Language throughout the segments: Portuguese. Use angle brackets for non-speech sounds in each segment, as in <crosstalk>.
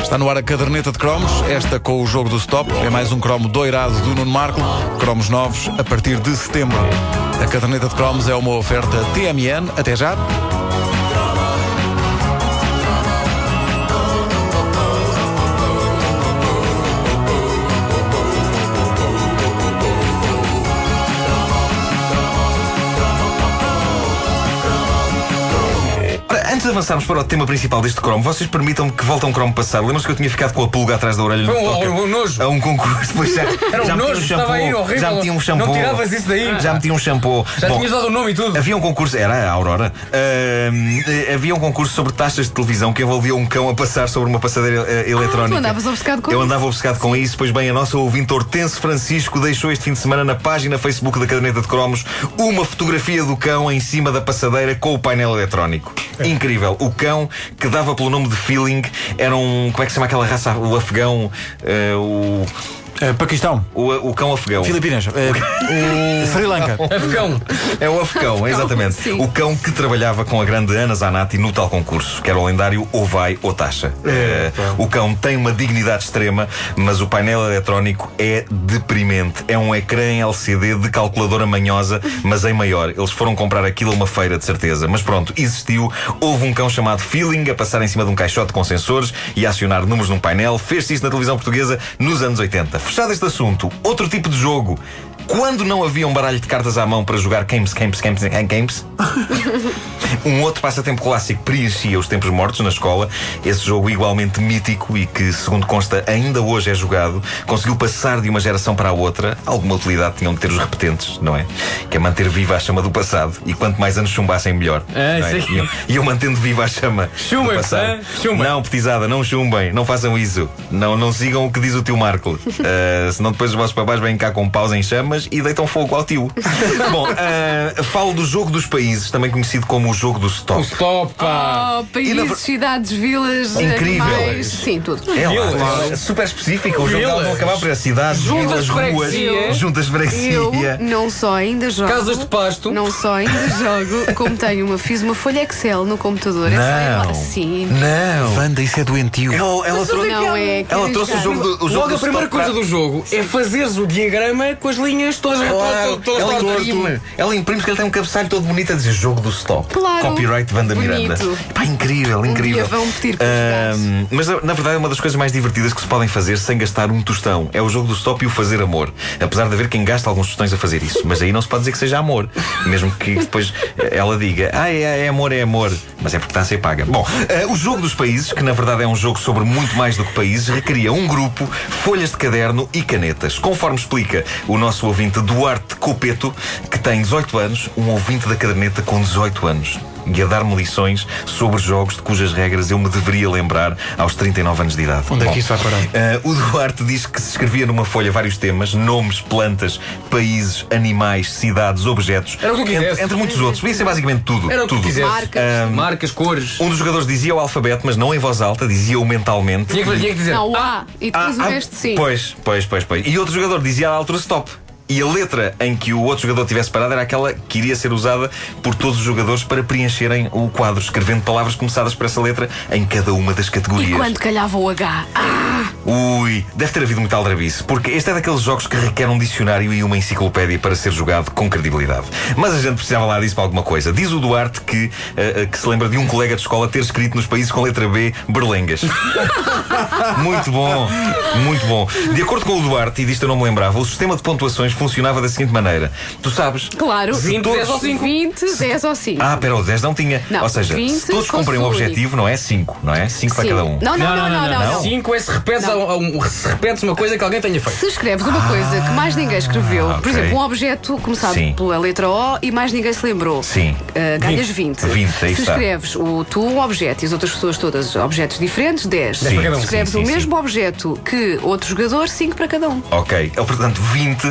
Está no ar a caderneta de cromos, esta com o jogo do stop. É mais um cromo doirado do Nuno Marco. Cromos novos a partir de setembro. A caderneta de cromos é uma oferta TMN. Até já. Ora, antes de avançarmos para o tema principal deste cromo, vocês permitam-me que volte a um cromo passado. Lembram-se que eu tinha ficado com a pulga atrás da orelha no Foi que um- toca um nojo. A um concurso. Pois já, Era um já meti nojo, estava aí, horrível. Já meti um Não shampoo. tiravas isso daí. Já meti um shampoo. Já Bom, tinhas dado o nome e tudo. Havia um concurso, era a Aurora. Ahm, eh, havia um concurso sobre taxas de televisão que envolvia um cão a passar sobre uma passadeira eh, eletrónica. Ah, tu andavas obcecado com Eu isso. andava obcecado com isso, pois bem, a nossa ouvinte Hortense Francisco deixou este fim de semana na página Facebook da Caderneta de Cromos uma fotografia do cão em cima da passadeira com o painel eletrónico. Incrível. O cão que dava pelo nome de Feeling era um. Como é que se chama aquela raça? O afegão. eh, o, Paquistão, o, o cão afegão. Filipinas, <laughs> Sri Lanka. Afegão. É o afegão, exatamente. sim. O cão que trabalhava com a grande Ana Zanatti no tal concurso, que era o lendário Ou Vai ou Taxa. Eh, o cão tem uma dignidade extrema, mas o painel eletrónico é deprimente. É um ecrã em LCD de calculadora manhosa, mas em maior. Eles foram comprar aquilo a uma feira, de certeza. Mas pronto, existiu. Houve um cão chamado Feeling a passar em cima de um caixote com sensores e a acionar números num painel. Fez-se isso na televisão portuguesa nos anos 80. Fechado este assunto, outro tipo de jogo. Quando não havia um baralho de cartas à mão para jogar games, games, games, games, games, um outro passatempo clássico preenchia os tempos mortos na escola. Esse jogo igualmente mítico e que, segundo consta, ainda hoje é jogado, conseguiu passar de uma geração para a outra. Alguma utilidade tinham de ter os repetentes, não é? Que é manter viva a chama do passado. E quanto mais anos chumbassem, melhor. É, não sim. é? E eu- E eu mantendo viva a chama Chumbem, do passado. hein? Chumbem. Não, petizada, não chumbem. Não façam isso. Não, não sigam o que diz o tio Marco. <laughs> Ah, senão depois os vossos papás vêm cá com paus em chamas e deitam fogo ao <laughs> tio. Bom, ah, falo do jogo dos países, também conhecido como <laughs> o jogo do O stop. stop, pá. Oh, países, ver- cidades, vilas, Incrível. animais. Sim, tudo. É lá, Vilas. claro. super específico. O jogo Vilas. dela não acabar por cidades, Juntas vilas, ruas, freguesia. juntas Eu freguesia. não só ainda jogo. Casas de pasto. Não só ainda jogo, como tenho uma, fiz uma folha Excel no computador. É só Não. embora. Sim. Não. Wanda, isso é doentio. Ela, ela trouxe, Não é. que ela trouxe o arriscar. jogo do o jogo Logo do a primeira stop para- coisa do jogo é fazeres o diagrama com as linhas todas Claro, é um todas- todas- ela todas- imprime. Ela imprime porque ele tem um cabeçalho todo bonito a dizer jogo do stop. Claro. Copyright Wanda Bonito. Miranda. Pá, incrível, incrível. Um dia vão pedir para Ahm, mas na na verdade é uma das coisas mais divertidas que se podem fazer sem gastar um tostão. É o jogo do stop e o fazer amor. Apesar de haver quem gasta alguns tostões a fazer isso. Mas aí não se pode dizer que seja amor. Mesmo <laughs> que depois eh, ela diga, ah, é, é amor, é amor. Mas é porque está a ser paga. Bom, eh, o jogo dos países, que na verdade é um jogo sobre muito mais do que países, requeria um grupo, folhas de caderno e canetas. Conforme explica o nosso ouvinte Duarte Copeto, que tem 18 anos, um ouvinte da caderneta com 18 anos e a dar-me lições sobre jogos de cujas regras eu me deveria lembrar aos 39 anos de idade. Onde é que isso vai parar? eh, o Duarte diz que se escrevia numa folha vários temas, nomes, plantas, países, animais, cidades, objetos, Era o que eu quisesse. entre, entre muitos outros. Podia ser basicamente tudo. Era o que tudo. quisesse. Marcas. Marcas, cores. Um dos jogadores dizia o alfabeto, mas não em voz alta, dizia-o mentalmente. Tinha que, tinha que dizer. Não, ah, há. E depois o Ah, ah, resto, sim. Pois, pois, pois, pois. E outro jogador dizia à altura stop. E a letra em que o outro jogador tivesse parado era aquela que iria ser usada por todos os jogadores para preencherem o quadro, escrevendo palavras começadas por essa letra em cada uma das E categorias. quando calhava o H? Ah, Ui, deve ter havido muita aldrabice, porque este é daqueles jogos que requer um dicionário e uma enciclopédia para ser jogado com credibilidade. Mas a gente precisava lá disso para alguma coisa. Diz o Duarte que, ah, ah, que se lembra de um colega de escola ter escrito nos países com letra B <laughs> berlengas. Muito bom, muito bom. De acordo com o Duarte, e disto eu não me lembrava, o sistema de pontuações funcionava da seguinte maneira. Tu sabes. claro. Vinte, dez ou cinco. 20, 10 ou 5. Ah, pera, o 10 não tinha. Não, Ou seja, 20 se todos cumprem o com sua objetivo, não é 5, não é? 5 para cada um. Não, não, não, não, não. não. Cinco é se repetes, a um- a um- se repetes uma coisa que alguém tenha feito. Se escreves uma coisa que mais ninguém escreveu, por Ah, ok. exemplo, um objeto começado Sim. pela letra O e mais ninguém se lembrou. Sim. Uh, ganhas 20. 20, aí Se está. escreves o, tu um objeto e as outras pessoas todas objetos diferentes, 10. Sim, para cada um. Se escreves sim, o sim, mesmo objeto que outro jogador, 5 para cada um. Ok, eu, portanto 20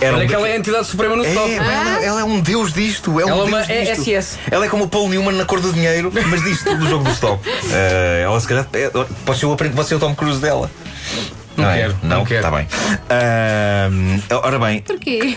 eram. Era aquela de- entidade suprema no um É, stop. pá, ela, ela é um deus disto. É um Ela é uma deus disto. ESS. Ela é como o Paul Newman na cor do dinheiro, mas disto do jogo do stop. Eh, ela se calhar. É, pode ser o aprendo, pode ser o Tom Cruise dela. Não é? quero, Não, não quero. Está bem. Ah, ora bem, Porquê?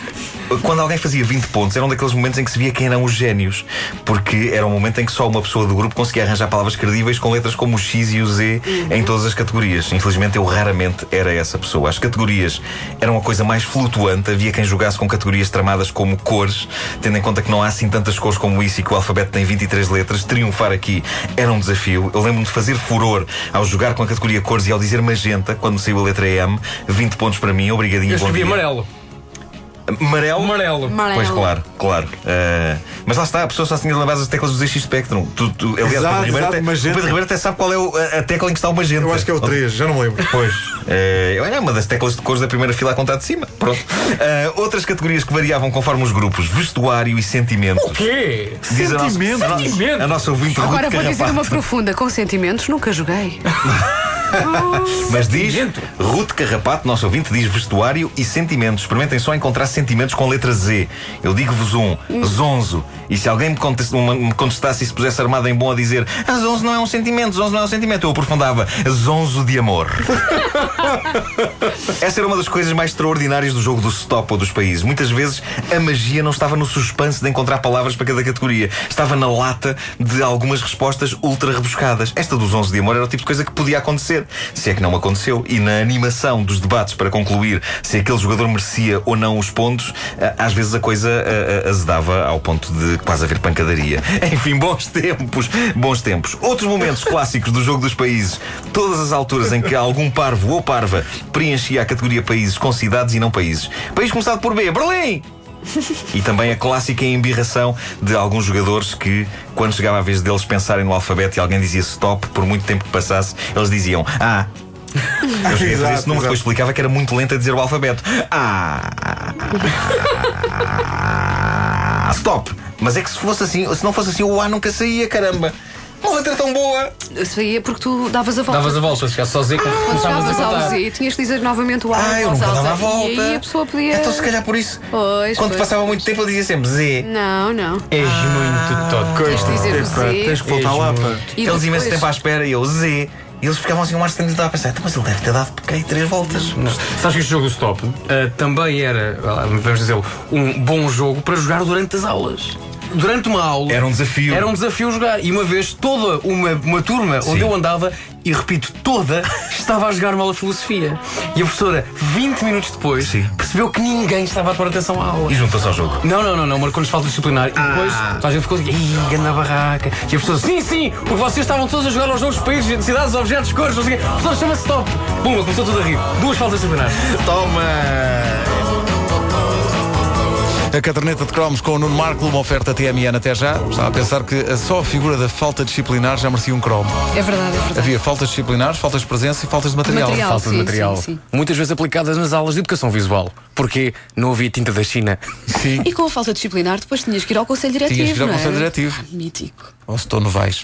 quando alguém fazia 20 pontos, era um daqueles momentos em que se via quem eram os génios, porque era um momento em que só uma pessoa do grupo conseguia arranjar palavras credíveis com letras como o X e o Z em todas as categorias. Infelizmente, eu raramente era essa pessoa. As categorias eram a coisa mais flutuante, havia quem jogasse com categorias tramadas como cores, tendo em conta que não há assim tantas cores como isso e que o alfabeto tem 23 letras. Triunfar aqui era um desafio. Eu lembro-me de fazer furor ao jogar com a categoria cores e ao dizer magenta, quando me saiu a letra M, 20 pontos para mim, obrigadinho, Eu bom dia. escrevi amarelo. Amarelo? Amarelo. Amarelo. Pois claro, claro. Eh, mas lá está, a pessoa só se tinha de lembrar das teclas do ZX Spectrum. Tu, tu, aliás, Exato, o Pedro Ribeiro exato, até- magenta. o Pedro Ribeiro até sabe qual é o- a, a tecla em que está o magenta. Eu acho que é o 3, já não me lembro. Pois. Eh, olha, é uma das teclas de cores da primeira fila a contar de cima. Pronto. Eh, outras categorias que variavam conforme os grupos: vestuário e sentimentos. O quê? Diz a nossa- Sentimentos? a nossa- Sentimentos? A nossa ouvinte Ruth Agora vou dizer Carrapato. uma profunda. Com sentimentos, nunca joguei. Mas diz, Sentimento. Ruth Carrapato, nosso ouvinte, diz vestuário e sentimentos. Experimentem só encontrar sentimentos com letra Z. Eu digo-vos um, zonzo. E se alguém me contest- uma- me contestasse e se pusesse armado em bom a dizer "Ah, zonzo não é um sentimento, zonzo não é um sentimento, eu aprofundava zonzo de amor. Essa era uma das coisas mais extraordinárias do jogo do stop ou dos países. Muitas vezes a magia não estava no suspense de encontrar palavras para cada categoria. Estava na lata de algumas respostas ultra rebuscadas. Esta dos 11 de amor era o tipo de coisa que podia acontecer, se é que não aconteceu. E na animação dos debates para concluir se aquele jogador merecia ou não os pontos, ah, às vezes a coisa ah, ah, azedava ao ponto de quase haver pancadaria. <laughs> Enfim, bons tempos, bons tempos. Outros momentos clássicos do jogo dos países. Todas as alturas em que algum parvo ou parva preenchia a categoria países com cidades e não países. País começado por B, Berlim! E também a clássica embirração de alguns jogadores que, quando chegava a vez deles pensarem no alfabeto e alguém dizia stop, por muito tempo que passasse, eles diziam <laughs> ah. Eu cheguei a fazer esse Exato, número, exato. depois explicava que era muito lento a dizer o alfabeto. Ah. <laughs> Ah, stop! Mas é que se fosse assim, se não fosse assim, o A nunca saía, caramba! Uma letra tão boa! Isso aí é porque tu davas a volta. Davas a volta, se ficasse sozinho, Quando começavas a chegavas ao contar. Z, tinhas de dizer novamente o A. Ah, eu nunca volta dava a ao Z. volta! E aí a pessoa podia. Então, se calhar por isso, Pois, quando pois, passava muito tempo, eu dizia sempre Z. Não, não. És muito todo. Tens de dizer o Z. Tens que voltar És lá. muito. pá. e Eles imenso depois- tempo à espera e eu Z. E eles ficavam assim um ar estranho e eu estava a pensar, "Então, mas ele deve ter dado pequei três voltas. Sabes que este jogo do Stop ah, também era, ah, vamos dizer, um bom jogo para jogar durante as aulas. Durante uma aula. Era um desafio. Era um desafio jogar. E uma vez toda uma, uma turma onde eu andava, e repito, toda, <laughs> estava a jogar uma aula de filosofia. E a professora, 20 minutos depois, Sim. percebeu que ninguém estava a pôr atenção à aula. E juntou-se ao jogo. Não, não, não, não, marcou-nos falta disciplinar. E depois toda a gente ficou assim, ih, grande barraca. E a pessoa, sim, sim, porque vocês estavam todos a jogar aos jogos de países, de cidades, objetos, cores, não sei o quê. A pessoa chama-se top. Pumba, começou tudo a rir. Duas faltas disciplinares. Toma! A caderneta de cromos com o Nuno Marco, uma oferta TMN até já. Estava a pensar que a- só a figura da falta disciplinar já merecia um cromo. É verdade, é verdade. Havia faltas disciplinares, faltas de presença e faltas de material. Material. falta de sim, material. sim, sim. Muitas vezes aplicadas nas aulas de educação visual. Porque não havia tinta da China. Sim. E com a falta disciplinar, depois tinhas que ir ao Conselho Diretivo. Tinhas que ir ao não Conselho era? Diretivo. Ah, mítico. Ou se estou no vais.